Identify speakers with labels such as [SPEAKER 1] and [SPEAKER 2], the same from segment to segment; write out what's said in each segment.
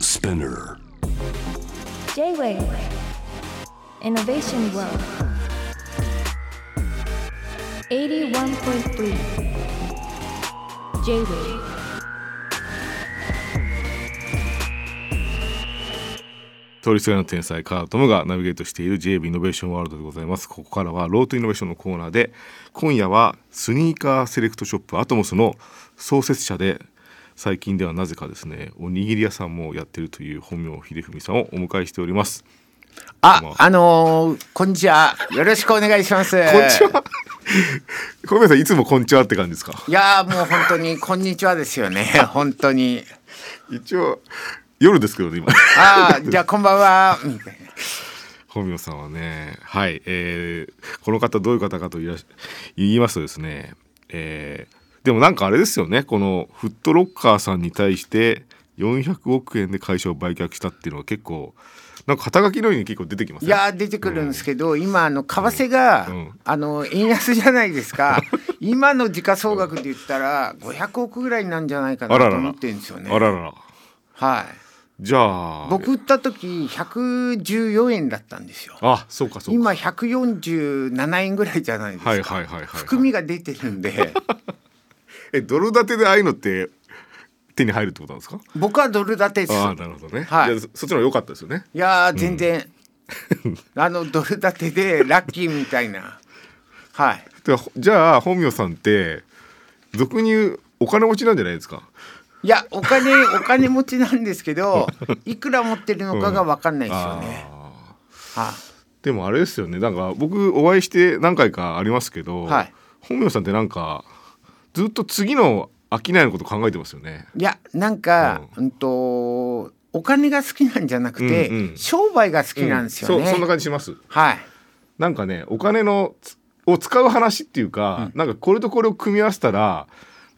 [SPEAKER 1] Spinner.
[SPEAKER 2] J-Wave Innovation World 81.3 J-Wave
[SPEAKER 3] 通りすがりの天才カートムがナビゲートしている JB イノベーションワールドでございますここからはロートイノベーションのコーナーで今夜はスニーカーセレクトショップアトモスの創設者で最近ではなぜかですねおにぎり屋さんもやってるという本名秀文さんをお迎えしております
[SPEAKER 4] あ、あのー、こんにちは。よろしくお願いします。こん
[SPEAKER 3] こんにちは小宮さんいつもこんにちはって感じですか
[SPEAKER 4] いやー、もう本当に、こんにちはですよね。 本当に。
[SPEAKER 3] 一応夜ですけどね今
[SPEAKER 4] ああ、じゃあ、こんばんは。みたいな
[SPEAKER 3] 本名さんはねはい、えーこの方どういう方かといらし言いますとですね、えーでもなんかあれですよねこのフットロッカーさんに対して400億円で会社を売却したっていうのは結構なんか肩書きのように結構出てきます
[SPEAKER 4] い
[SPEAKER 3] ね
[SPEAKER 4] やー、出てくるんですけど、今、あの、為替が、
[SPEAKER 3] うん
[SPEAKER 4] あの、円安じゃないです か。今の時価総額で言ったら、500億ぐらいなんじゃないか
[SPEAKER 3] あ
[SPEAKER 4] な
[SPEAKER 3] ら
[SPEAKER 4] と
[SPEAKER 3] ら
[SPEAKER 4] 思
[SPEAKER 3] ら
[SPEAKER 4] ってるんですよね。
[SPEAKER 3] あららら
[SPEAKER 4] はい。
[SPEAKER 3] じゃあ
[SPEAKER 4] 僕売った時、114円だったんですよ。
[SPEAKER 3] あそうかそうか
[SPEAKER 4] 今、147円ぐらいじゃないですか。
[SPEAKER 3] はいはいはいはいはい
[SPEAKER 4] 含みが出てるんで。
[SPEAKER 3] えドル建てでああいうのって手に入るってことなんですか
[SPEAKER 4] 僕はドル建てです。
[SPEAKER 3] ああなるほどね、
[SPEAKER 4] はい
[SPEAKER 3] じゃあそっちの方が良かったですよね
[SPEAKER 4] いやー全然、あのドル建てでラッキーみたいなはい
[SPEAKER 3] でほじゃあ本名さんって俗に言うお金持ちなんじゃないですか
[SPEAKER 4] いやお金お金持ちなんです けどいくら持ってるのかが分かんないですよね、
[SPEAKER 3] あ
[SPEAKER 4] は
[SPEAKER 3] ーでもあれですよねなんか僕お会いして何回かありますけど、
[SPEAKER 4] はい
[SPEAKER 3] 本名さんってなんかずっと次の商いのこと考えてますよね
[SPEAKER 4] い、いやなんか、うん、とお金が好きなんじゃなくて、
[SPEAKER 3] うんうん
[SPEAKER 4] 商売が好きなんですよ
[SPEAKER 3] うん
[SPEAKER 4] ね、
[SPEAKER 3] そうそんな感じします
[SPEAKER 4] はい
[SPEAKER 3] なんかねお金のつを使う話っていうか、なんかこれとこれを組み合わせたら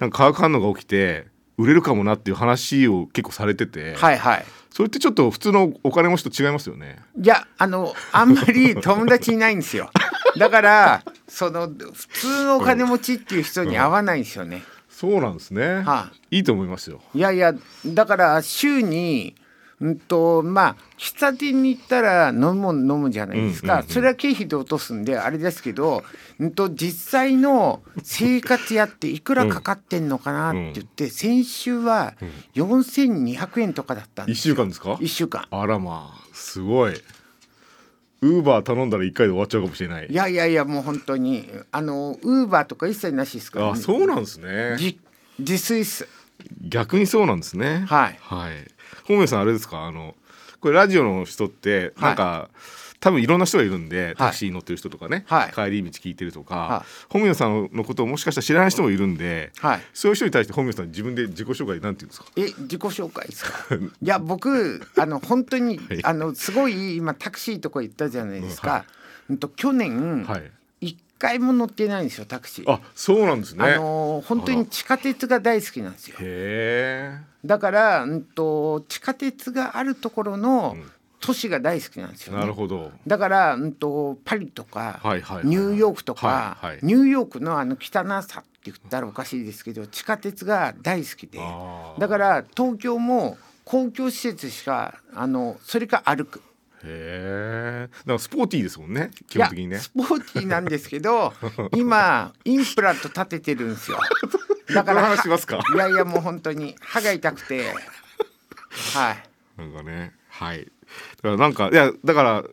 [SPEAKER 3] なんか化学反応が起きて売れるかもなっていう話を結構されてて、
[SPEAKER 4] はいはい
[SPEAKER 3] それってちょっと普通のお金持ちと違いますよね
[SPEAKER 4] いやあのあんまり友達いないんですよだからその普通のお金持ちっていう人に合わないんですよね、
[SPEAKER 3] そうなんですね、
[SPEAKER 4] はい
[SPEAKER 3] いと思いますよ
[SPEAKER 4] いやいやだから週にうんとまあ喫茶店に行ったら飲むもん飲むじゃないですか、
[SPEAKER 3] うんうんうん
[SPEAKER 4] それは経費で落とすんであれですけど、うん、と実際の生活やっていくらかかってんのかなって言って、先週は4200円とかだったん
[SPEAKER 3] 一
[SPEAKER 4] です
[SPEAKER 3] 週間ですか
[SPEAKER 4] 1週間
[SPEAKER 3] あらまあすごいウーバー頼んだら一回で終わっちゃうかもしれない
[SPEAKER 4] いやいやいやもう本当にあのウーバーとか一切なしですから、
[SPEAKER 3] あそうなんですね
[SPEAKER 4] じ自炊っす
[SPEAKER 3] 逆にそうなんですね
[SPEAKER 4] はい
[SPEAKER 3] はい本名さんあれですかあのこれラジオの人って
[SPEAKER 4] はい
[SPEAKER 3] なんか、多分いろんな人がいるんでタクシーに乗ってる人とかね、
[SPEAKER 4] はい
[SPEAKER 3] 帰り道聞いてるとか、
[SPEAKER 4] は
[SPEAKER 3] 本名さんのことをもしかしたら知らない人もいるんで、
[SPEAKER 4] はい
[SPEAKER 3] そういう人に対して本名さん自分で自己紹介なんて言うんですか
[SPEAKER 4] え自己紹介 ですかいや僕あの本当に、
[SPEAKER 3] い
[SPEAKER 4] あのすごい今タクシーとか行ったじゃないですか、うんと去年、
[SPEAKER 3] はい
[SPEAKER 4] 一回も乗ってないんですよタクシー。
[SPEAKER 3] あそうなんですね、
[SPEAKER 4] あのー本当に地下鉄が大好きなんですよ
[SPEAKER 3] へ
[SPEAKER 4] だから、うん、と地下鉄があるところの都市が大好きなんです
[SPEAKER 3] え
[SPEAKER 4] よ、ね
[SPEAKER 3] なるほど
[SPEAKER 4] だから、うん、とパリとか、
[SPEAKER 3] はいはいはい
[SPEAKER 4] ニューヨークとか、
[SPEAKER 3] はいはい
[SPEAKER 4] ニューヨークのあの汚さって言ったらおかしいですけど地下鉄が大好きで
[SPEAKER 3] あー
[SPEAKER 4] だから東京も公共施設しかあのそれか歩く
[SPEAKER 3] へえ。なんかスポーティーですもんね。基本的に
[SPEAKER 4] い
[SPEAKER 3] ね
[SPEAKER 4] や。スポーティーなんです けど今インプラント立ててるんですよ だから
[SPEAKER 3] この話しますか
[SPEAKER 4] いやいやもう本当に歯が痛くてはい
[SPEAKER 3] なんかね、はい。だからなんかいやだから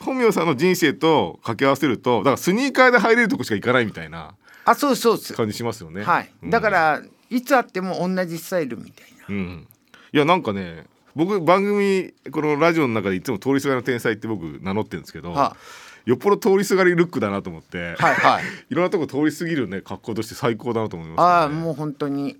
[SPEAKER 3] 本名さんの人生と掛け合わせると、だからスニーカーで入れるとこしか行かないみたいな
[SPEAKER 4] あそうですそうです、
[SPEAKER 3] 感じしますよね。
[SPEAKER 4] はい
[SPEAKER 3] うん
[SPEAKER 4] だか。らいつあっても同じスタイルみたいな
[SPEAKER 3] うん。いやなんかね。僕番組このラジオの中でいつも通りすがりの天才って僕名乗ってるんですけど、
[SPEAKER 4] はあ
[SPEAKER 3] よっぽど通りすがりルックだなと思って、
[SPEAKER 4] はいはい
[SPEAKER 3] いろんなとこ通り過ぎるね格好として最高だなと思います、ね、
[SPEAKER 4] ああもう本当に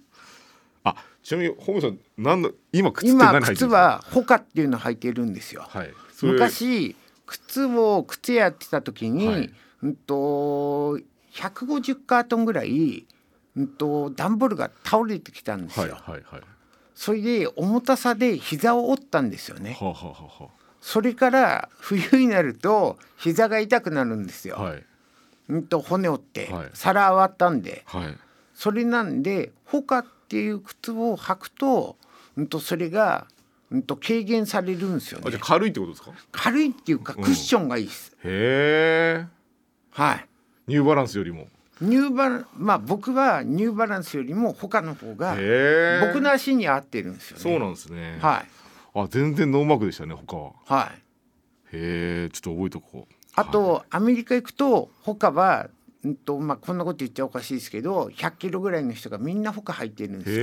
[SPEAKER 3] あちなみに本名さん何の今靴って何
[SPEAKER 4] 今
[SPEAKER 3] 履いてるんです
[SPEAKER 4] 靴
[SPEAKER 3] か
[SPEAKER 4] はホカっていうの履いてるんですよ、
[SPEAKER 3] はいそれ
[SPEAKER 4] 昔靴を靴屋やってた時に、
[SPEAKER 3] はい
[SPEAKER 4] うんと150カートンぐらい、うん、と段ボールが倒れてきたんですよ、
[SPEAKER 3] はいはいはい
[SPEAKER 4] それで重たさで膝を折ったんですよね
[SPEAKER 3] はあ、はあは
[SPEAKER 4] それから冬になると膝が痛くなるんですよ、
[SPEAKER 3] あはあ、はい
[SPEAKER 4] うんと骨折って、
[SPEAKER 3] はい
[SPEAKER 4] 皿洗ったんで
[SPEAKER 3] はい
[SPEAKER 4] それなんでホカっていう靴を履くと,、うん、とそれがうんと軽減されるんですよ
[SPEAKER 3] あじゃ
[SPEAKER 4] ね
[SPEAKER 3] あ軽いってことですか
[SPEAKER 4] 軽いっていうかクッションがいいです、
[SPEAKER 3] へえ
[SPEAKER 4] はい
[SPEAKER 3] ニューバランスよりも
[SPEAKER 4] ニューバランまあ僕はニューバランスよりも他の方が
[SPEAKER 3] へえ
[SPEAKER 4] 僕の足に合ってるんですよね
[SPEAKER 3] そうなんですね、
[SPEAKER 4] はい
[SPEAKER 3] あ全然ノーマークでしたね他は
[SPEAKER 4] はい
[SPEAKER 3] へえちょっと覚えとこう
[SPEAKER 4] あと、アメリカ行くと他はうんとまあこんなこと言っちゃおかしいですけど100キロぐらいの人がみんな他入ってるんですよ
[SPEAKER 3] へ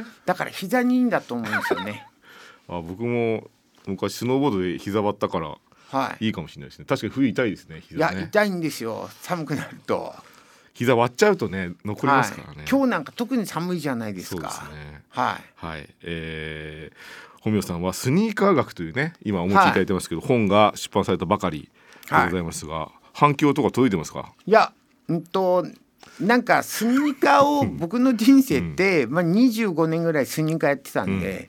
[SPEAKER 3] え
[SPEAKER 4] だから膝にいいんだと思うんですよね
[SPEAKER 3] あ僕も昔スノーボードで膝張ったから
[SPEAKER 4] はい
[SPEAKER 3] いいかもしれないですね確かに冬痛いですね
[SPEAKER 4] いや
[SPEAKER 3] 膝ね
[SPEAKER 4] 痛いんですよ寒くなると
[SPEAKER 3] 膝割っちゃうとね残りますからね、
[SPEAKER 4] はい、今日なんか特に寒いじゃないです
[SPEAKER 3] そうで
[SPEAKER 4] か
[SPEAKER 3] すね
[SPEAKER 4] はい
[SPEAKER 3] はいえー、本名さんは「スニーカー学」というね今お持ちいただいてますけど、本が出版されたばかりでございますが、反響とか届いてますか
[SPEAKER 4] いやうんとなんかスニーカーを僕の人生って、まあ、25年ぐらいスニーカーやってたんで、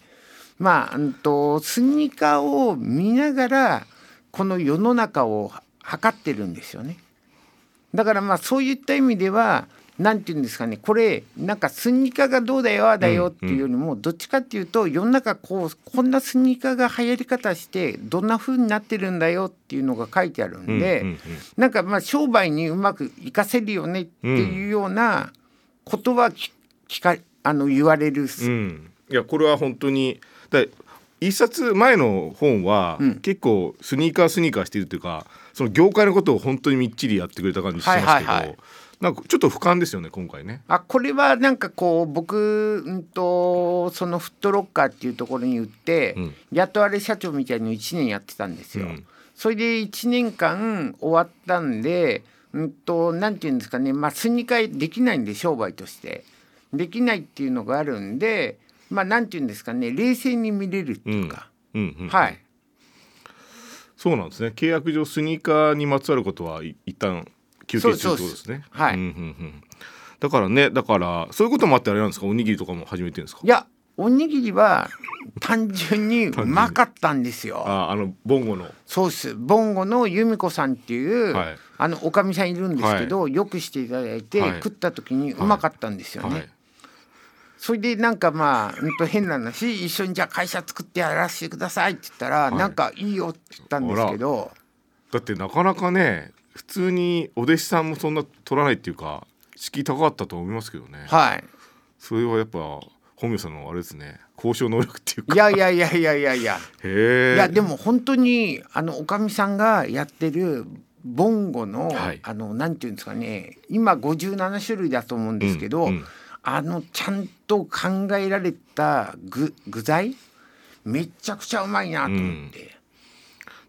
[SPEAKER 4] まあうんとスニーカーを見ながらこの世の中を測ってるんですよね。だからまあそういった意味ではなんていうんですかねこれなんかスニーカーがどうだよああだよっていうよりも、どっちかっていうと世の中こうこんなスニーカーが流行り方してどんな風になってるんだよっていうのが書いてあるんで、
[SPEAKER 3] うんうんうん
[SPEAKER 4] なんかまあ商売にうまく活かせるよねっていうようなことはき聞かあの言われるっす、
[SPEAKER 3] うん、いやこれは本当にだ一冊前の本は、結構スニーカースニーカーしているというかその業界のことを本当にみっちりやってくれた感じしますけど、
[SPEAKER 4] はいはいはい
[SPEAKER 3] なんかちょっと俯瞰ですよね今回ね。
[SPEAKER 4] あこれはなんかこう僕うんとそのフットロッカーっていうところに売って、
[SPEAKER 3] ん
[SPEAKER 4] 雇われ社長みたいの1年やってたんですよ。
[SPEAKER 3] うん
[SPEAKER 4] それで1年間終わったんでうんとなんていうんですかねまあスニーカーできないんで商売としてできないっていうのがあるんでまあなんていうんですかね冷静に見れるっていうか、
[SPEAKER 3] うんうん
[SPEAKER 4] はい。
[SPEAKER 3] そうなんですね契約上スニーカーにまつわることはい一旦休憩中って
[SPEAKER 4] そ
[SPEAKER 3] こ
[SPEAKER 4] う
[SPEAKER 3] と
[SPEAKER 4] で
[SPEAKER 3] ですすね。
[SPEAKER 4] そうですはい
[SPEAKER 3] うんうんうんだからねだからそういうこともあってあれなんですかおにぎりとかも始めてるんですか
[SPEAKER 4] いやおにぎりは単 純にうまかったんですよ。
[SPEAKER 3] ああのボンゴの
[SPEAKER 4] そうっすボンゴの由美子さんっていう、
[SPEAKER 3] はい
[SPEAKER 4] あのおかみさんいるんですけど、よくしていただいて、
[SPEAKER 3] はい
[SPEAKER 4] 食った時にうまかったんですよね。
[SPEAKER 3] はい
[SPEAKER 4] それでなんかまあうんと変な話一緒にじゃあ会社作ってやらせてくださいって言ったら、なんかいいよって言ったんですけど
[SPEAKER 3] だってなかなかね普通にお弟子さんもそんな取らないっていうか敷居高かったと思いますけどね、
[SPEAKER 4] はい。
[SPEAKER 3] それはやっぱ本名さんのあれですね交渉能力っていうか
[SPEAKER 4] いやいやいやいやいやいや。
[SPEAKER 3] へえ
[SPEAKER 4] いやでも本当にあのおかみさんがやってるボンゴの、
[SPEAKER 3] はい
[SPEAKER 4] あのなんていうんですかね今57種類だと思うんですけど、
[SPEAKER 3] うんうん
[SPEAKER 4] あのちゃんと考えられた具具材めっちゃくちゃうまいなと思って、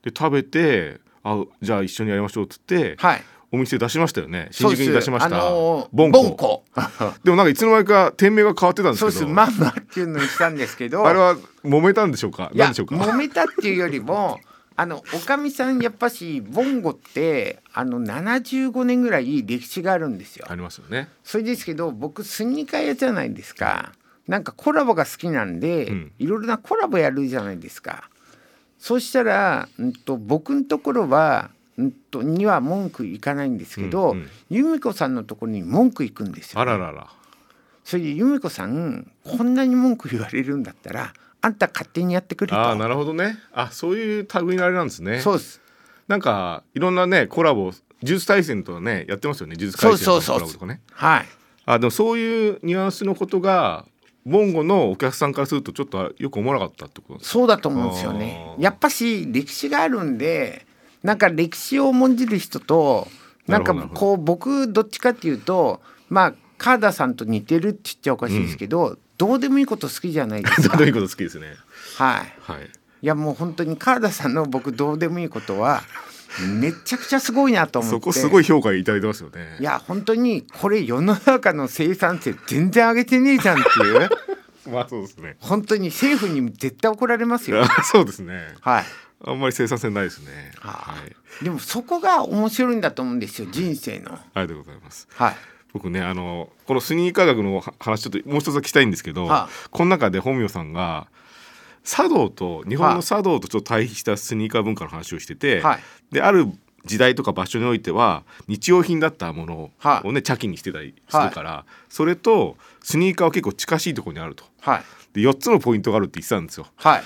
[SPEAKER 3] で食べてあじゃあ一緒にやりましょうっつって、
[SPEAKER 4] はい
[SPEAKER 3] お店出しましたよね
[SPEAKER 4] そ
[SPEAKER 3] 新
[SPEAKER 4] う
[SPEAKER 3] 宿
[SPEAKER 4] です
[SPEAKER 3] に出しました、
[SPEAKER 4] あの
[SPEAKER 3] ボ
[SPEAKER 4] ボ
[SPEAKER 3] ン
[SPEAKER 4] ン
[SPEAKER 3] コ
[SPEAKER 4] コ
[SPEAKER 3] でもなんかいつの間にか店名が変わってたんで
[SPEAKER 4] そう
[SPEAKER 3] すけ
[SPEAKER 4] です
[SPEAKER 3] ど
[SPEAKER 4] まんまっていうのにしたんですけ ど
[SPEAKER 3] あれは揉めたんでしょうか
[SPEAKER 4] いや
[SPEAKER 3] 何でしょうか
[SPEAKER 4] 揉めたっていうよりも あのおかみさんやっぱしボンゴってあの75年ぐらい歴史があるんですよ
[SPEAKER 3] あ。りますよね
[SPEAKER 4] それですけど僕スニーカー屋じゃないですかなんかコラボが好きなんで、
[SPEAKER 3] ん
[SPEAKER 4] いろいろなコラボやるじゃないですかそうしたら、うん、と僕のところは、うん、とには文句いかないんですけど、
[SPEAKER 3] うんうん
[SPEAKER 4] 由美子さんのところに文句いくんですよ
[SPEAKER 3] あららら
[SPEAKER 4] それで由美子さんこんなに文句言われるんだったらあんた勝手にやってくれ
[SPEAKER 3] ああ
[SPEAKER 4] と
[SPEAKER 3] なるほどねあそういう類のあれなんですね
[SPEAKER 4] そうです
[SPEAKER 3] なんかいろんなねコラボ呪術対戦とねやってますよね呪術廻戦とのコラボとかね
[SPEAKER 4] はい
[SPEAKER 3] あでもそういうニュアンスのことがボンゴのお客さんからするとちょっとよく思わなかったってことです
[SPEAKER 4] そうだと思うんですよね
[SPEAKER 3] あ。ー
[SPEAKER 4] やっぱし歴史があるんでなんか歴史を重んじる人となんか
[SPEAKER 3] なるほど
[SPEAKER 4] こう僕どっちかっていうとまあカーダさんと似てるって言っちゃおかしいですけど、どうでもいいこと好きじゃないです
[SPEAKER 3] どう
[SPEAKER 4] か
[SPEAKER 3] で。もいいこと好きですね
[SPEAKER 4] はい、
[SPEAKER 3] はい
[SPEAKER 4] いやもう本当にカーダさんの 僕どうでもいいことはめちゃくちゃすごいなと思って
[SPEAKER 3] そこすごい評価いただいてますよね
[SPEAKER 4] いや本当にこれ世の中の生産性全然上げてねえじゃんっていう
[SPEAKER 3] まあそうですね
[SPEAKER 4] 本当に政府に絶対怒られま すよ。
[SPEAKER 3] あそうですね
[SPEAKER 4] はい
[SPEAKER 3] あんまり生産性ないですね
[SPEAKER 4] は
[SPEAKER 3] はい
[SPEAKER 4] でもそこが面白いんだと思うんですよ人生の。
[SPEAKER 3] ありがとうございます
[SPEAKER 4] はい。
[SPEAKER 3] 僕ねあのこのスニーカー学のは話ちょっともう一つ聞きたいんですけど、
[SPEAKER 4] はあ
[SPEAKER 3] この中で本名さんが茶道と日本の茶道とちょっと対比したスニーカー文化の話をしてて、
[SPEAKER 4] はい
[SPEAKER 3] である時代とか場所においては日用品だったもの
[SPEAKER 4] は
[SPEAKER 3] をね茶器にしてたりするから、それとスニーカーは結構近しいところにあると
[SPEAKER 4] はい。
[SPEAKER 3] で4つのポイントがあるって言ってたんですよ
[SPEAKER 4] はい。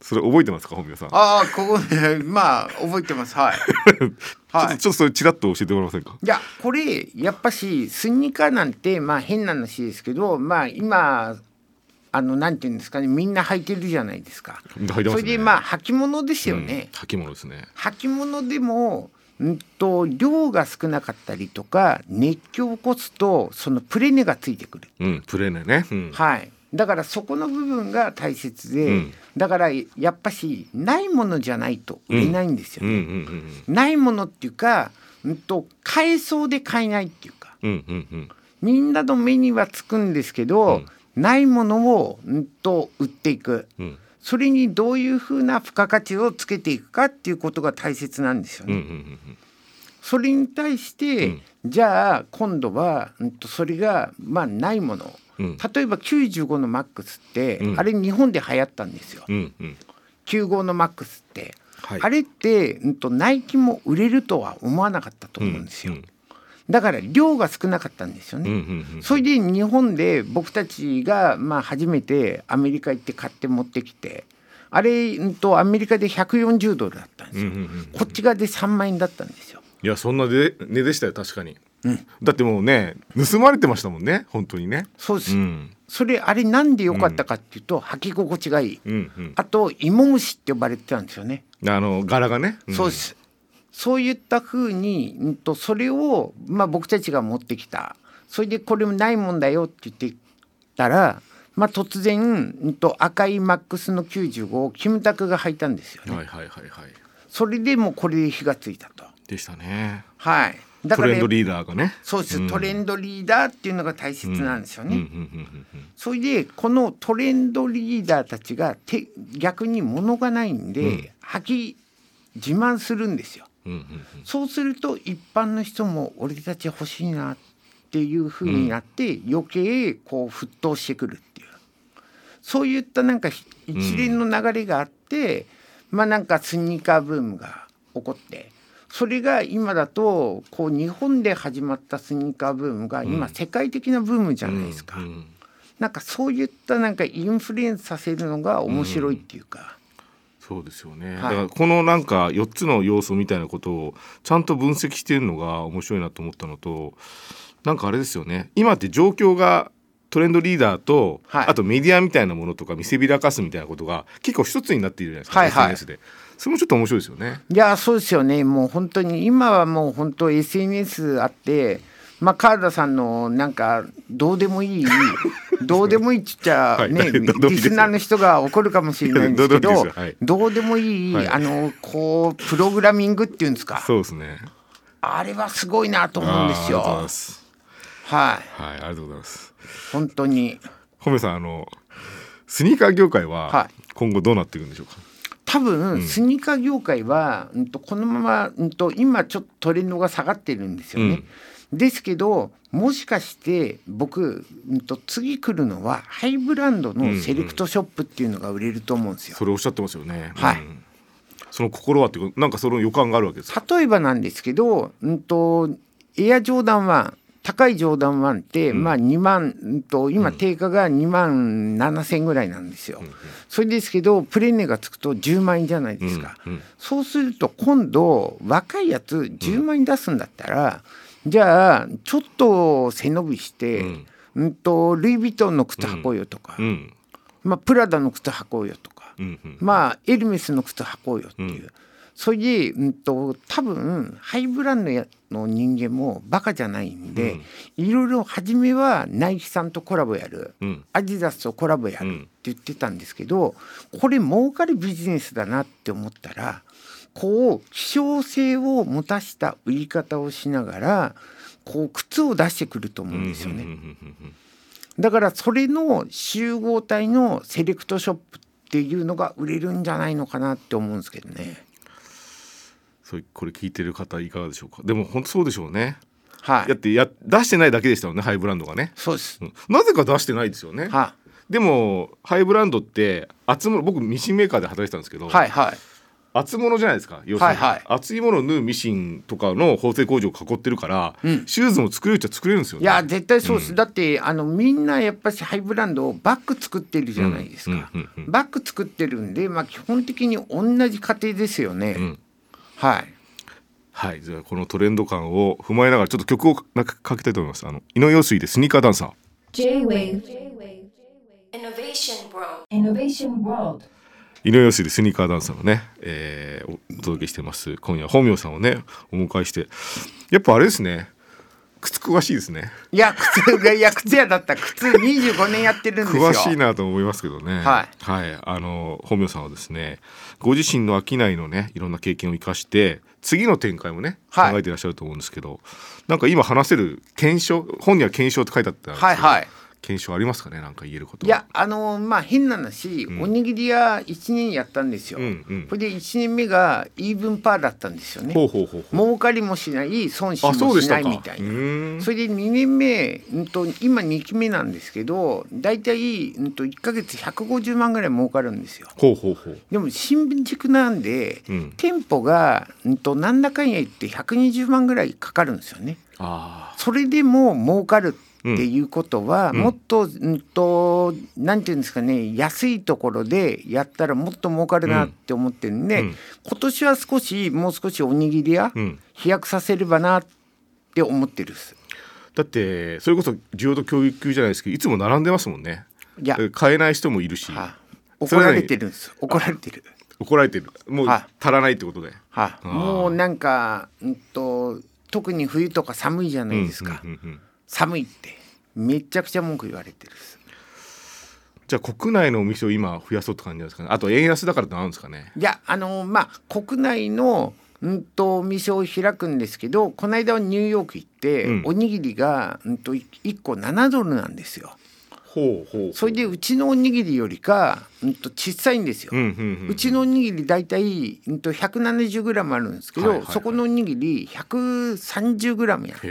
[SPEAKER 3] それ覚えてますか本名さんちょ
[SPEAKER 4] ああここねまあ覚えてま すはい
[SPEAKER 3] っ
[SPEAKER 4] は
[SPEAKER 3] と
[SPEAKER 4] い
[SPEAKER 3] ちょっとそれちらっと教えてもらえませんか
[SPEAKER 4] いやこれやっぱしスニーカーなんてまあ変な話ですけどまあ今あのなんていうんですかねみんな履いてるじゃないですか
[SPEAKER 3] みんな履いてます
[SPEAKER 4] そ
[SPEAKER 3] ね
[SPEAKER 4] れでまあ履物ですよ
[SPEAKER 3] うん
[SPEAKER 4] ね、
[SPEAKER 3] 履物ですね
[SPEAKER 4] 履物でもうんと量が少なかったりとか熱狂を起こすとそのプレネがついてくる、
[SPEAKER 3] うんプレーネねうん
[SPEAKER 4] はいだからそこの部分が大切で、
[SPEAKER 3] うん
[SPEAKER 4] だからやっぱしないものじゃないと売れないんですよ
[SPEAKER 3] うん
[SPEAKER 4] ね、
[SPEAKER 3] うんうん
[SPEAKER 4] ないものっていうか、うん、と買えそうで買えないっていうか
[SPEAKER 3] うんうんうん
[SPEAKER 4] みんなの目にはつくんですけど、ないものを、うん、と売っていく
[SPEAKER 3] うん
[SPEAKER 4] それにどういうふうな付加価値をつけていくかっていうことが大切なんですよね。
[SPEAKER 3] うんうんうんうん
[SPEAKER 4] それに対して、じゃあ今度は、うん、とそれがまあないもの、
[SPEAKER 3] うん
[SPEAKER 4] 例えば95のマックスって、
[SPEAKER 3] うん
[SPEAKER 4] あれ日本で流行ったんですよ、
[SPEAKER 3] うんうん
[SPEAKER 4] 95のマックスって、
[SPEAKER 3] はい
[SPEAKER 4] あれって、うん、とナイキも売れるとは思わなかったと思うんですよ、
[SPEAKER 3] うん
[SPEAKER 4] だから量が少なかったんですよ
[SPEAKER 3] うん
[SPEAKER 4] ね、
[SPEAKER 3] うんうん
[SPEAKER 4] それで日本で僕たちがまあ初めてアメリカ行って買って持ってきてあれ、うん、とアメリカで140ドルだったんですよ、
[SPEAKER 3] うんうんうん
[SPEAKER 4] こっち側で3万円だったんですよ
[SPEAKER 3] いやそんなで値でしたよ確かにだってもうね盗まれてましたもんね本当にね
[SPEAKER 4] そうです、
[SPEAKER 3] うん
[SPEAKER 4] それあれなんで良かったかっていうと、履き心地がいい、
[SPEAKER 3] うんうん
[SPEAKER 4] あと芋虫って呼ばれてたんですよね、
[SPEAKER 3] あの柄がね
[SPEAKER 4] そうですそういったふうに、うん、とそれを、まあ、僕たちが持ってきたそれでこれもないもんだよって言ってたら、まあ、突然、うん、と赤いマックスの95をキムタクが履いたんですよね、
[SPEAKER 3] はいはいはいはい
[SPEAKER 4] それでもうこれで火がついたと
[SPEAKER 3] でしたね
[SPEAKER 4] はいだ
[SPEAKER 3] ト
[SPEAKER 4] から
[SPEAKER 3] レンドリーダーがね
[SPEAKER 4] そうです、トレンドリーダーっていうのが大切なんですよね、
[SPEAKER 3] うんうんうんうん
[SPEAKER 4] それでこのトレンドリーダーたちがて逆に物がないんで、吐き自慢するんですよ。
[SPEAKER 3] うんうんうん
[SPEAKER 4] そうすると一般の人も俺たち欲しいなっていう風になって、余計こう沸騰してくるっていうそういったなんかひ一連の流れがあって、まあなんかスニーカーブームが起こってそれが今だとこう日本で始まったスニーカーブームが今世界的なブームじゃないですか。
[SPEAKER 3] うん
[SPEAKER 4] なんかそういったなんかインフルエンスさせるのが面白いっていうか、
[SPEAKER 3] そうですよね、
[SPEAKER 4] い
[SPEAKER 3] だからこのなんか4つの要素みたいなことをちゃんと分析してるのが面白いなと思ったのとなんかあれですよね今って状況がトレンドリーダーと、
[SPEAKER 4] はい
[SPEAKER 3] あとメディアみたいなものとか見せびらかすみたいなことが結構一つになっているじゃないですか、
[SPEAKER 4] はいはい
[SPEAKER 3] SNS でそれもちょっと面白いですよね。
[SPEAKER 4] いやーそうですよねもう本当に今はもう本当 SNS あってまあ川田さんのなんかどうでも いいどうでもいいって言っちゃ
[SPEAKER 3] はい
[SPEAKER 4] ね、
[SPEAKER 3] どうでもいい
[SPEAKER 4] リ
[SPEAKER 3] です
[SPEAKER 4] スナーの人が怒るかもしれないんですけ
[SPEAKER 3] どうでもいい
[SPEAKER 4] ど
[SPEAKER 3] ですよはい
[SPEAKER 4] どうでもいい、
[SPEAKER 3] はい
[SPEAKER 4] あのこうプログラミングっていうんですか
[SPEAKER 3] そうですね。
[SPEAKER 4] あれはすごいなと思うんです
[SPEAKER 3] あーありがとうござい
[SPEAKER 4] よ
[SPEAKER 3] ます。
[SPEAKER 4] はい
[SPEAKER 3] はい、ありがとうございます。
[SPEAKER 4] 本当に
[SPEAKER 3] ホメさんあのスニーカー業界は
[SPEAKER 4] は
[SPEAKER 3] 今後どうなっていくんでしょうか。
[SPEAKER 4] 多分スニーカー業界は、うん、とこのまま、うん、と今ちょっとトレンドが下がってるんですよね。ですけどもしかして僕、うん、と次来るのはハイブランドのセレクトショップっていうのが売れると思うんですよ。
[SPEAKER 3] それおっしゃってますよね。
[SPEAKER 4] はい
[SPEAKER 3] うんその心はっていうかなんかその予感があるわけですか。
[SPEAKER 4] 例えばなんですけど、うん、とエアジョーダン1高いジョーダン1って、まあ2万、うん、と今定価が2万7千ぐらいなんですよ。それですけどプレネがつくと10万円じゃないですか。
[SPEAKER 3] うんうん
[SPEAKER 4] そうすると今度若いやつ10万円出すんだったら、じゃあちょっと背伸びして、
[SPEAKER 3] うん
[SPEAKER 4] うんとルイ・ヴィトンの靴履こうよとか、
[SPEAKER 3] うん
[SPEAKER 4] まあ、プラダの靴履こうよとか、
[SPEAKER 3] うんうん。
[SPEAKER 4] まあエルメスの靴履こうよっていう、それで、うん、と多分ハイブランドやの人間もバカじゃないんで、いろいろ初めはナイキさんとコラボやる、
[SPEAKER 3] うん
[SPEAKER 4] アディダスとコラボや
[SPEAKER 3] う
[SPEAKER 4] るっ
[SPEAKER 3] ん
[SPEAKER 4] て言ってたんですけどこれ儲かるビジネスだなって思ったらこう希少性を持たした売り方をしながらこう靴を出してくると思うんですよね。
[SPEAKER 3] うんうんうんうん
[SPEAKER 4] だからそれの集合体のセレクトショップっていうのが売れるんじゃないのかなって思うんですけどね。
[SPEAKER 3] そうこれ聞いてる方いかがでしょうかでも本当そうでしょうね
[SPEAKER 4] は
[SPEAKER 3] だっ
[SPEAKER 4] い。
[SPEAKER 3] てや出してないだけでしたよねハイブランドがね、
[SPEAKER 4] そうです
[SPEAKER 3] う。んなぜか出してないですよね
[SPEAKER 4] は
[SPEAKER 3] でもハイブランドって集まる僕ミシンメーカーで働いてたんですけど、
[SPEAKER 4] い。はいはい。
[SPEAKER 3] 厚物じゃないですか要するに、
[SPEAKER 4] はいはい
[SPEAKER 3] 厚いものを縫うミシンとかの縫製工場を囲ってるから、
[SPEAKER 4] うん
[SPEAKER 3] シューズも作れるっちゃ作れるんですよね
[SPEAKER 4] いや絶対そうです、だってあのみんなやっぱしハイブランドをバッグ作ってるじゃないですか、
[SPEAKER 3] うんうんうんうん
[SPEAKER 4] バッグ作ってるんで、まあ、基本的に同じ過程ですよね、
[SPEAKER 3] ん
[SPEAKER 4] はい
[SPEAKER 3] はいじゃあこのトレンド感を踏まえながらちょっと曲をかかけたいと思いますあの井上陽水でスニーカーダンサー
[SPEAKER 2] J-Wave Innovation World Innovation World
[SPEAKER 3] 井上陽水でスニーカーダンサーのね、えーおお届けしてます今夜本名さんをねお迎えしてやっぱあれですね靴詳しいですね
[SPEAKER 4] いや靴がいや靴屋だった靴25年やってるんですよ
[SPEAKER 3] 詳しいなと思いますけどね、
[SPEAKER 4] はい
[SPEAKER 3] あの本名さんはですねご自身の商いのねいろんな経験を生かして次の展開もね考
[SPEAKER 4] はい
[SPEAKER 3] えていらっしゃると思うんですけど、なんか今話せる検証本には検証って書いてあったんですけど、
[SPEAKER 4] はいはい
[SPEAKER 3] 検証ありますかねなんか言えること
[SPEAKER 4] いやあのまあ変な話、おにぎり屋1年やったんですよ、
[SPEAKER 3] うんうん
[SPEAKER 4] これで1年目がイーブンパーだったんですよね
[SPEAKER 3] ほうほうほうほう
[SPEAKER 4] 儲かりもしない損失
[SPEAKER 3] あそう
[SPEAKER 4] も
[SPEAKER 3] で
[SPEAKER 4] し
[SPEAKER 3] し
[SPEAKER 4] な
[SPEAKER 3] た
[SPEAKER 4] い
[SPEAKER 3] か
[SPEAKER 4] みたいうな
[SPEAKER 3] ーん
[SPEAKER 4] それで2年目、うん、と今2期目なんですけど大体、うん、と1ヶ月150万ぐらい儲かるんですよ。
[SPEAKER 3] ほうほうほう
[SPEAKER 4] でも新宿なんで、
[SPEAKER 3] うん
[SPEAKER 4] 店舗が、うん、となんだかんや言って120万ぐらいかかるんですよね。
[SPEAKER 3] あ
[SPEAKER 4] それでも儲かるっていうことは、
[SPEAKER 3] ん
[SPEAKER 4] もっと,、うん、となんていうんですかね安いところでやったらもっと儲かるなって思ってるんで、
[SPEAKER 3] うんうん
[SPEAKER 4] 今年は少しもう少しおにぎりや
[SPEAKER 3] うん
[SPEAKER 4] 飛躍させればなって思ってるっす。
[SPEAKER 3] ーだってそれこそ需要と供給じゃないですけどいつも並んでますもんね
[SPEAKER 4] いや、
[SPEAKER 3] 買えない人もいるし、
[SPEAKER 4] は
[SPEAKER 3] そ
[SPEAKER 4] 怒
[SPEAKER 3] れな
[SPEAKER 4] ら
[SPEAKER 3] のに
[SPEAKER 4] れてるんです怒られてる。
[SPEAKER 3] 怒られてるもう
[SPEAKER 4] は
[SPEAKER 3] 足らないってことで。
[SPEAKER 4] は
[SPEAKER 3] あー
[SPEAKER 4] もうなんか、うん、と特に冬とか寒いじゃないですか、
[SPEAKER 3] うんうんうんうん
[SPEAKER 4] 寒いってめちゃくちゃ文句言われてるっす。
[SPEAKER 3] じゃあ国内のお店を今増やそうって感じなんですかねあと円安だからってのあるんですかね
[SPEAKER 4] いやあのまあ国内のうんとお店を開くんですけどこの間はニューヨーク行って、
[SPEAKER 3] うん
[SPEAKER 4] おにぎりがうんと1個7ドルなんですよ
[SPEAKER 3] ほうほう
[SPEAKER 4] それでうちのおにぎりよりかうんと小さいんですよ、
[SPEAKER 3] うんうんうん、
[SPEAKER 4] うちのおにぎり大体うんと 170g あるんですけど、
[SPEAKER 3] はいはいはい
[SPEAKER 4] そこのおにぎり 130g やるんです
[SPEAKER 3] へ
[SPEAKER 4] よ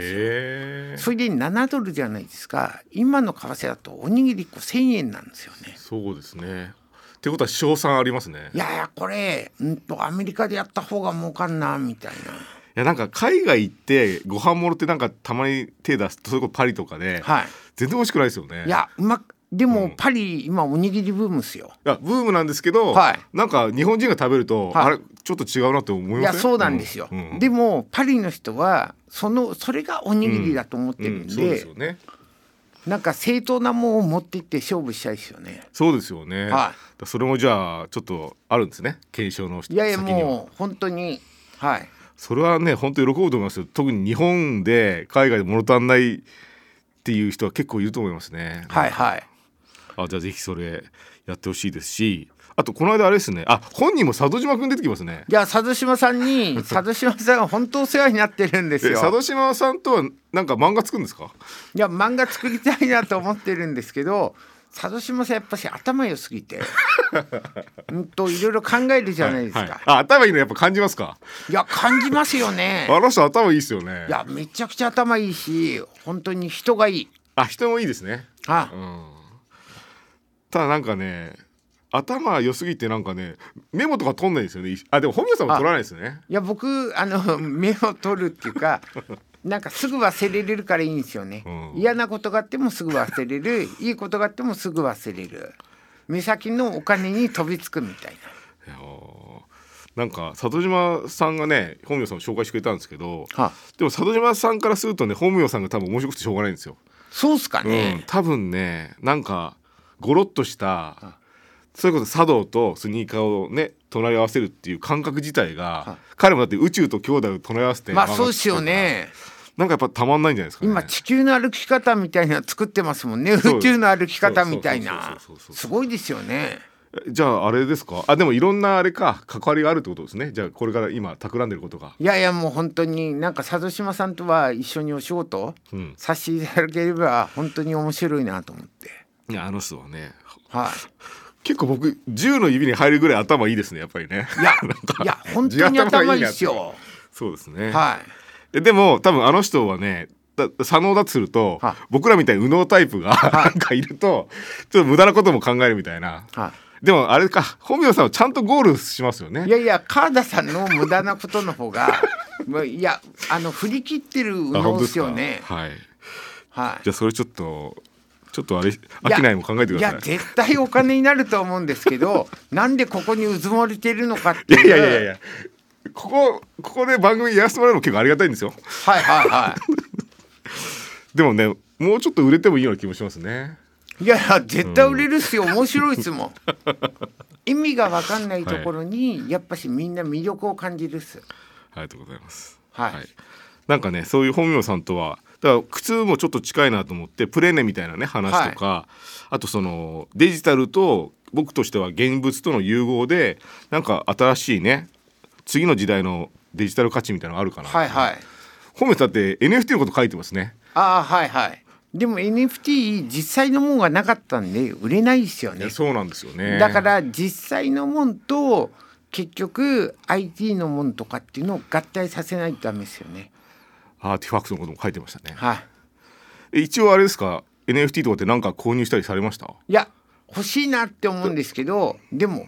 [SPEAKER 3] え
[SPEAKER 4] それで7ドルじゃないですか今の為替だとおにぎり1個1,000円なんですよね。
[SPEAKER 3] そうですねってことは賞賛ありますね
[SPEAKER 4] いやいやこれうんとアメリカでやった方が儲かんなみたい
[SPEAKER 3] いやなんか海外行ってご飯もろってなんかたまに手出すとそれこそパリとかで、
[SPEAKER 4] な。はい
[SPEAKER 3] 全然美味しくないですよね
[SPEAKER 4] いやうまくでも、
[SPEAKER 3] うん
[SPEAKER 4] パリ今おにぎりブームっすよ。
[SPEAKER 3] いやブームなんですけど、
[SPEAKER 4] はい
[SPEAKER 3] なんか日本人が食べると、
[SPEAKER 4] はい
[SPEAKER 3] あれちょっと違うなって思いま
[SPEAKER 4] い
[SPEAKER 3] せ
[SPEAKER 4] やそうなんですよ。
[SPEAKER 3] うんうん
[SPEAKER 4] でもパリの人はそのそれがおにぎりだと思ってるん
[SPEAKER 3] うん
[SPEAKER 4] で、
[SPEAKER 3] そうですよね
[SPEAKER 4] なんか正当なもんを持ってって勝負したいですよね。
[SPEAKER 3] そうですよね、
[SPEAKER 4] は
[SPEAKER 3] だそれもじゃあちょっとあるんですね検証の先
[SPEAKER 4] い
[SPEAKER 3] には
[SPEAKER 4] やいやもう本当にはい
[SPEAKER 3] それはね本当に喜ぶと思いますよ特に日本で海外で物足んないっていう人は結構いると思いますね
[SPEAKER 4] はいはい。
[SPEAKER 3] あじゃあぜひそれやってほしいですしあとこの間あれですねあ本人も佐渡島くん出てきますね
[SPEAKER 4] じゃあ佐渡島さん に佐渡島さんが本当お世話になってるんで
[SPEAKER 3] え
[SPEAKER 4] すよ。
[SPEAKER 3] 佐渡島さんとはなんか漫画作るんですか
[SPEAKER 4] いや漫画作りたいなと思ってるんですけど佐渡島さんやっぱし頭良すぎ てうんといろいろ考えるじゃないですか、
[SPEAKER 3] はい
[SPEAKER 4] い
[SPEAKER 3] はいあ頭いいのやっぱ感じますか
[SPEAKER 4] や感じますよね
[SPEAKER 3] あの人頭いいですよね
[SPEAKER 4] いやめちゃくちゃ頭いいし本当に人がいい
[SPEAKER 3] あ人もいいですね
[SPEAKER 4] あ
[SPEAKER 3] うんただなんかね頭良すぎてなんかねメモとか取んないんですよねあでも本名さんも取らないですよね
[SPEAKER 4] いや僕あの 目を取るってい うかなんかすぐ忘れれるからいいんですよね、
[SPEAKER 3] うん
[SPEAKER 4] 嫌なことがあってもすぐ忘れるいいことがあってもすぐ忘れる目先のお金に飛びつくみたいない
[SPEAKER 3] やーなんか里島さんがね本名さんを紹介してくれたんですけど、
[SPEAKER 4] はあ
[SPEAKER 3] でも里島さんからするとね本名さんが多分面白くてしょうがないんですよ。
[SPEAKER 4] そうっすか
[SPEAKER 3] うん
[SPEAKER 4] ね、、
[SPEAKER 3] 多分ねなんかゴロッとしたそれこそ茶道とスニーカーをね隣り合わせるっていう感覚自体が、
[SPEAKER 4] は
[SPEAKER 3] 彼もだって宇宙と兄弟を隣り合わせて
[SPEAKER 4] まあそうですよね
[SPEAKER 3] なんかやっぱたまんないんじゃないですかね。
[SPEAKER 4] 今地球の歩き方みたいなの作ってますもんね
[SPEAKER 3] そう
[SPEAKER 4] 宇宙の歩き方みたいな
[SPEAKER 3] そうそうそうそうそう
[SPEAKER 4] すごいですよね
[SPEAKER 3] えじゃああれですかあでもいろんなあれか関わりがあるってことですねじゃあこれから今企んでることが。
[SPEAKER 4] いやいやもう本当になんか佐渡島さんとは一緒にお仕事
[SPEAKER 3] うん、
[SPEAKER 4] させていただければ本当に面白いなと思って
[SPEAKER 3] いやあの人はね
[SPEAKER 4] は
[SPEAKER 3] 結構僕10の指に入るぐらい頭いいですねやっぱりね
[SPEAKER 4] いいや
[SPEAKER 3] か
[SPEAKER 4] いや本当に頭いいです
[SPEAKER 3] 頭いいな
[SPEAKER 4] よ
[SPEAKER 3] そうですね、
[SPEAKER 4] はい
[SPEAKER 3] えでも多分あの人はねだ左脳だとすると、
[SPEAKER 4] はい
[SPEAKER 3] 僕らみたいに右脳タイプがなんかいるとちょっと無駄なことも考えるみたいな
[SPEAKER 4] はい
[SPEAKER 3] でもあれか本名さんはちゃんとゴールしますよね
[SPEAKER 4] いやいや川田さんの無駄なことの方が まあいやあの振り切ってる右
[SPEAKER 3] あ本
[SPEAKER 4] 脳
[SPEAKER 3] 当
[SPEAKER 4] で
[SPEAKER 3] ですすか
[SPEAKER 4] よね
[SPEAKER 3] はい
[SPEAKER 4] はい
[SPEAKER 3] じゃあそれちょっとちょっとあれ商いも考えてくださ
[SPEAKER 4] や
[SPEAKER 3] い
[SPEAKER 4] 絶対お金になると思うんですけど なんでここにうずもれてるのかって
[SPEAKER 3] いやいや
[SPEAKER 4] いう
[SPEAKER 3] いやいやいやここここで番組やらせてもらうの結構ありがたいんですよ
[SPEAKER 4] はいはいは
[SPEAKER 3] でもねもうちょっと売れてもいいような気もしますね
[SPEAKER 4] いいやいや絶対売れるっすよ面白いっ すもん意味が分かんないところに、やっぱしみんな魅力を感じるっす
[SPEAKER 3] ありがとうございます
[SPEAKER 4] はい
[SPEAKER 3] なんかねそういう本名さんとはだから靴もちょっと近いなと思ってプレネみたいなね話とか、あとそのデジタルと僕としては現物との融合でなんか新しいね次の時代のデジタル価値みたいなのがあるかな、
[SPEAKER 4] はいはい
[SPEAKER 3] 本名さんって NFT のこと書いてますね
[SPEAKER 4] ああはいはいでも NFT 実際のもんがなかったんで売れないっすよ
[SPEAKER 3] い
[SPEAKER 4] ね
[SPEAKER 3] やそうなんですよね
[SPEAKER 4] だから実際のもんと結局 IT のもんとかっていうのを合体させないとダメですよね。
[SPEAKER 3] アーティファクトのことも書いてましたね
[SPEAKER 4] は
[SPEAKER 3] え一応あれですか NFT とかってなんか購入したりされました
[SPEAKER 4] い、いや欲しいなって思うんですけどでも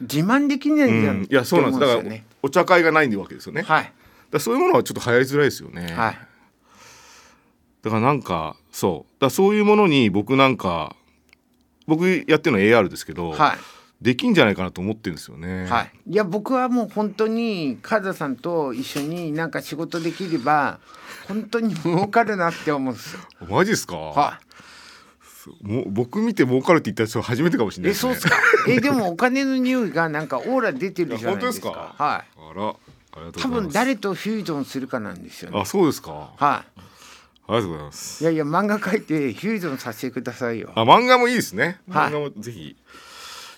[SPEAKER 4] 自慢できないじゃん、
[SPEAKER 3] いやそうなんです
[SPEAKER 4] って
[SPEAKER 3] だか
[SPEAKER 4] 思うん
[SPEAKER 3] ら
[SPEAKER 4] よね
[SPEAKER 3] お茶会がないわけですよね、だか
[SPEAKER 4] はい
[SPEAKER 3] らそういうものはちょっと流行りづらいですよね、
[SPEAKER 4] はい
[SPEAKER 3] だからなんかそうだからそういうものに僕なんか僕やってるの AR ですけど、
[SPEAKER 4] はい、
[SPEAKER 3] できんじゃないかなと思ってるんですよね、
[SPEAKER 4] はい、いや僕はもう本当にカズさんと一緒になんか仕事できれば本当に儲かるなって思うんですよ。
[SPEAKER 3] マジですか、
[SPEAKER 4] はい
[SPEAKER 3] もう僕見て儲かるって言った人は初めてかもしれない
[SPEAKER 4] え、
[SPEAKER 3] です
[SPEAKER 4] そ
[SPEAKER 3] ね
[SPEAKER 4] うっすか。え、でもお金の匂いがなんかオーラ出てるじゃないですか。
[SPEAKER 3] いや本当ですか
[SPEAKER 4] はい。
[SPEAKER 3] あらありがとう
[SPEAKER 4] 多
[SPEAKER 3] ございます
[SPEAKER 4] 分誰とフュージョンするかなんですよね。
[SPEAKER 3] あそうですかあ
[SPEAKER 4] はい。
[SPEAKER 3] りがとうございます
[SPEAKER 4] いやいや漫画描いてフュージョンさせてくださいよ。
[SPEAKER 3] あ漫画もいいですね。
[SPEAKER 4] はい
[SPEAKER 3] 漫画もぜひ。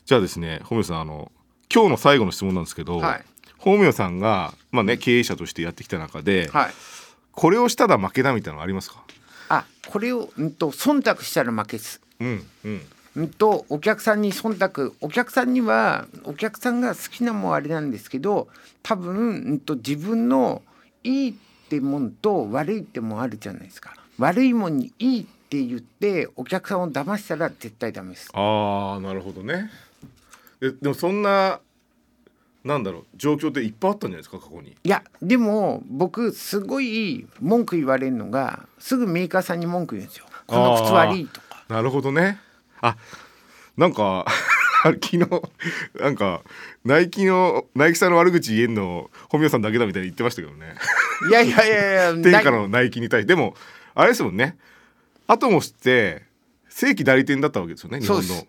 [SPEAKER 3] じゃあですね、本名さんあの今日の最後の質問なんですけど、
[SPEAKER 4] はい
[SPEAKER 3] 本名さんがまあね経営者としてやってきた中で、
[SPEAKER 4] はい。
[SPEAKER 3] これをしたら負けだみたいなのありますか？
[SPEAKER 4] あ、これをうんと忖度したら負けです。
[SPEAKER 3] うんうん。
[SPEAKER 4] うんとお客さんに忖度お客さんにはお客さんが好きなもんはあれなんですけど多分うんと自分のいいってもんと悪いってもんあるじゃないですか悪いもんにいいって言ってお客さんを騙したら絶対ダメです
[SPEAKER 3] ああなるほどね。ででもそんななんだろう状況っていっぱいあったんじゃないですか過去に。
[SPEAKER 4] いやでも僕すごい文句言われるのがすぐメーカーさんに文句言うんですよこの靴悪いとか
[SPEAKER 3] なるほどね。あなんか 昨日なんかナイキのナイキさんの悪口言えんの本名さんだけだみたいに言ってましたけどね。
[SPEAKER 4] いやいや いやいや
[SPEAKER 3] 天
[SPEAKER 4] ない
[SPEAKER 3] 下のナイキに対してでもあれですもんねアトモスって正規代理店だったわけですよね日本
[SPEAKER 4] そうで
[SPEAKER 3] の
[SPEAKER 4] す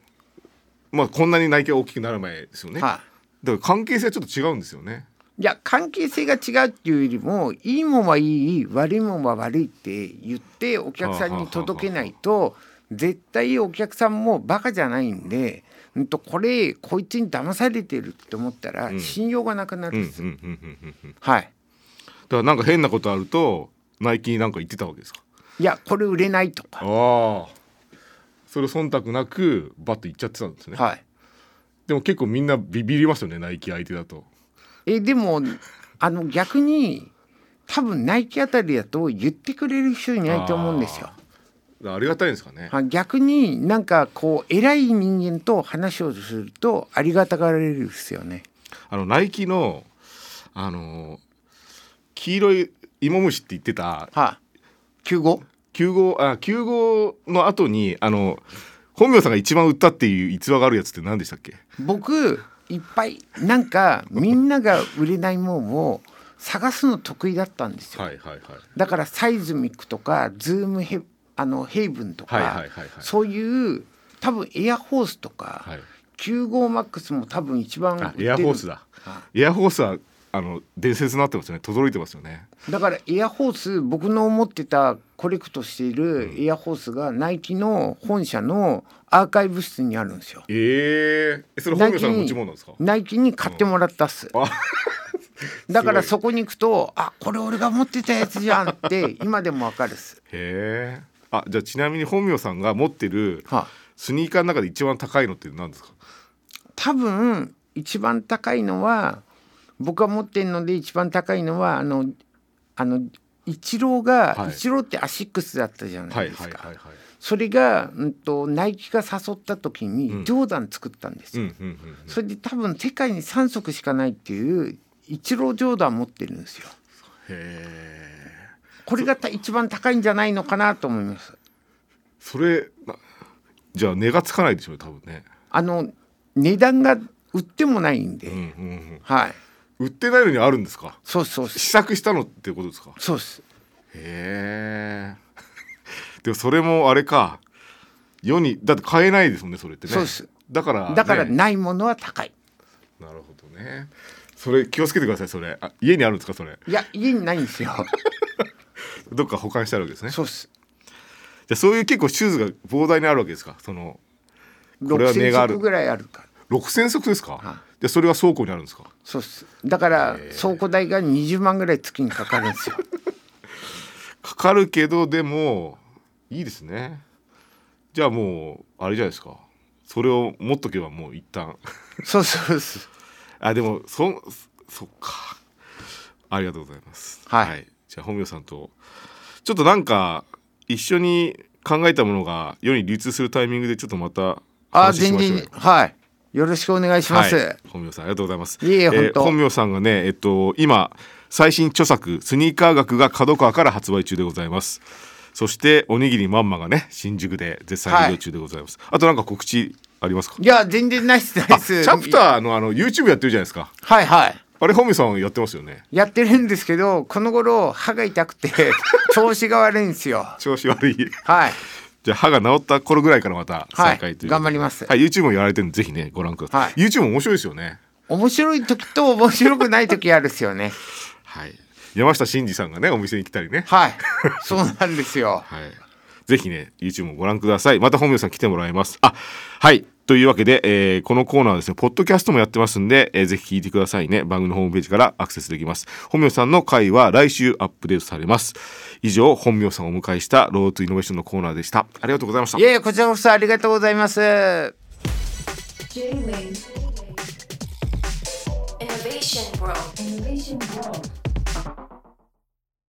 [SPEAKER 3] まあこんなにナイキが大きくなる前ですよね、
[SPEAKER 4] は
[SPEAKER 3] だから関係性はちょっと違うんですよね
[SPEAKER 4] い、いや関係性が違うっていうよりもいいもんはいい悪いもんは悪いって言ってお客さんに届けないと絶対お客さんもバカじゃないんで、うん、とこれこいつに騙されてるって思ったら信用がなくなる
[SPEAKER 3] うん
[SPEAKER 4] ん
[SPEAKER 3] うん
[SPEAKER 4] です、
[SPEAKER 3] うんうんうんうんだ
[SPEAKER 4] はい
[SPEAKER 3] からなんか変なことあるとナイキになんか言ってたわけですか
[SPEAKER 4] いやこれ売れないとか
[SPEAKER 3] ああそれを忖度なくバッと言っちゃってたんですね、
[SPEAKER 4] はい
[SPEAKER 3] でも結構みんなビビりますよねナイキ相手だと
[SPEAKER 4] えでもあの逆に多分ナイキあたりだと言ってくれる人いないと思うんですよ。
[SPEAKER 3] だからありがたいんですかね
[SPEAKER 4] あ逆になんかこう偉い人間と話をするとありがたがられるですよね。
[SPEAKER 3] あのナイキのあの黄色い芋虫って言ってた
[SPEAKER 4] はあ、九五
[SPEAKER 3] 9号あ9号の後にあの本名さんが一番売ったっていう逸話があるやつって何でしたっけ
[SPEAKER 4] 僕いっぱいなんかみんなが売れないもんを探すの得意だったんですよ。
[SPEAKER 3] はいはいはい
[SPEAKER 4] だからサイズミックとかズームヘあのヘイブンとか、
[SPEAKER 3] はいはいはいはい
[SPEAKER 4] そういう多分エアホースとか、
[SPEAKER 3] はい
[SPEAKER 4] 9 5マックスも多分一番売っ
[SPEAKER 3] あ
[SPEAKER 4] てる
[SPEAKER 3] エアフォースだエアフォースはあの伝説になってますよね轟いてますよね
[SPEAKER 4] だからエアホース僕の思ってたコレクトしているエアホースがナイキの本社のアーカイブ室にあるんですよ。
[SPEAKER 3] ええそれ
[SPEAKER 4] ナ
[SPEAKER 3] 本
[SPEAKER 4] イ
[SPEAKER 3] 名
[SPEAKER 4] キ
[SPEAKER 3] さんの持ち
[SPEAKER 4] に
[SPEAKER 3] 物なんですか
[SPEAKER 4] ナイキに買ってもらったっす。
[SPEAKER 3] あ
[SPEAKER 4] だからそこに行くと「あこれ俺が持ってたやつじゃん」って今でもわかるっす。
[SPEAKER 3] へえあじゃあちなみに本名さんが持ってる
[SPEAKER 4] は
[SPEAKER 3] スニーカーの中で一番高いのって何ですか
[SPEAKER 4] あ、多分一番高いのは僕が持ってるので一番高いのはあのあのイチローが、
[SPEAKER 3] はい
[SPEAKER 4] イチローってアシックスだったじゃな
[SPEAKER 3] はいい
[SPEAKER 4] ですか。
[SPEAKER 3] はいはいはい
[SPEAKER 4] それが、うん、とナイキが誘った時
[SPEAKER 3] うん
[SPEAKER 4] にジョーダン作ったんです
[SPEAKER 3] うん
[SPEAKER 4] よ、
[SPEAKER 3] うんうんうん
[SPEAKER 4] それで多分世界に3足しかないっていう一郎ジョーダン持ってるんですよ
[SPEAKER 3] へえ
[SPEAKER 4] これがた一番高いんじゃないのかなと思います
[SPEAKER 3] それなじゃあ値がつかないでしょうね多分ね、
[SPEAKER 4] あの値段が売ってもないんで、
[SPEAKER 3] うんうんうん、
[SPEAKER 4] はい
[SPEAKER 3] 売ってないのにあるんですか
[SPEAKER 4] そうそう
[SPEAKER 3] 試作したのってことですか
[SPEAKER 4] そうです
[SPEAKER 3] へえでもそれもあれか世にだって買えないですもんねそれってね
[SPEAKER 4] そうです
[SPEAKER 3] だから、ね、
[SPEAKER 4] だからないものは高い
[SPEAKER 3] なるほどねそれ気をつけてくださいそれあ家にあるんですかそれ
[SPEAKER 4] いや家にない んですよ
[SPEAKER 3] どっか保管してあるわけですね
[SPEAKER 4] そうです
[SPEAKER 3] じゃあそういう結構シューズが膨大にあるわけですかそのこれは値があ
[SPEAKER 4] 6000
[SPEAKER 3] る
[SPEAKER 4] 足ぐらいあるから
[SPEAKER 3] 6,000足ですか、
[SPEAKER 4] は
[SPEAKER 3] でそれは倉庫にあるんですか
[SPEAKER 4] そうですだから倉庫代が20万ぐらい月にかかるん ですよ
[SPEAKER 3] かかるけどでもいいですねじゃあもうあれじゃないですかそれを持っとけばもう一旦
[SPEAKER 4] そうそうです
[SPEAKER 3] あでもそそっかありがとうございます
[SPEAKER 4] はい
[SPEAKER 3] じゃあ本名さんとちょっとなんか一緒に考えたものが世に流通するタイミングでちょっとまた
[SPEAKER 4] あ
[SPEAKER 3] 話し
[SPEAKER 4] 全
[SPEAKER 3] ましょうよ
[SPEAKER 4] 然はいよろしくお願いします、
[SPEAKER 3] はい、本名さんありがとうございます。
[SPEAKER 4] いえいえ本当
[SPEAKER 3] 本名さんがねえっと今最新著作スニーカー学が角川から発売中でございます。そしておにぎりまんまがね新宿で絶賛営業中でございます。あとなんか告知ありますか？
[SPEAKER 4] いや全然ないですない
[SPEAKER 3] あ
[SPEAKER 4] で
[SPEAKER 3] チ
[SPEAKER 4] す
[SPEAKER 3] ャプターのあの YouTube やってるじゃないですか。
[SPEAKER 4] はいはい
[SPEAKER 3] あれ本名さんやってますよね。
[SPEAKER 4] やってるんですけどこの頃歯が痛くて 調子が悪いんですよ
[SPEAKER 3] 調子悪い。
[SPEAKER 4] はい
[SPEAKER 3] じゃあ歯が治った頃ぐらいからまた再開ということで、
[SPEAKER 4] 頑張ります
[SPEAKER 3] はい YouTube もやられてるんでぜひねご覧ください。
[SPEAKER 4] はい
[SPEAKER 3] YouTube も面白いですよね。
[SPEAKER 4] 面白い時と面白くない時あるっすよね
[SPEAKER 3] はい。山下真司さんがねお店に来たりね。
[SPEAKER 4] はい そうなんですよ
[SPEAKER 3] はい。ぜひね、YouTube もご覧ください。また本名さん来てもらいます。あ、はい。というわけで、えーこのコーナーはですね、ポッドキャストもやってますんで、えーぜひ聞いてくださいね。番組のホームページからアクセスできます。本名さんの回は来週アップデートされます。以上、本名さんをお迎えしたロードトゥイノベーションのコーナーでした。ありがとうございました
[SPEAKER 4] い。やいやこちらこそありがとうございます
[SPEAKER 2] J-Wave
[SPEAKER 1] Innovation World.
[SPEAKER 2] Innovation World.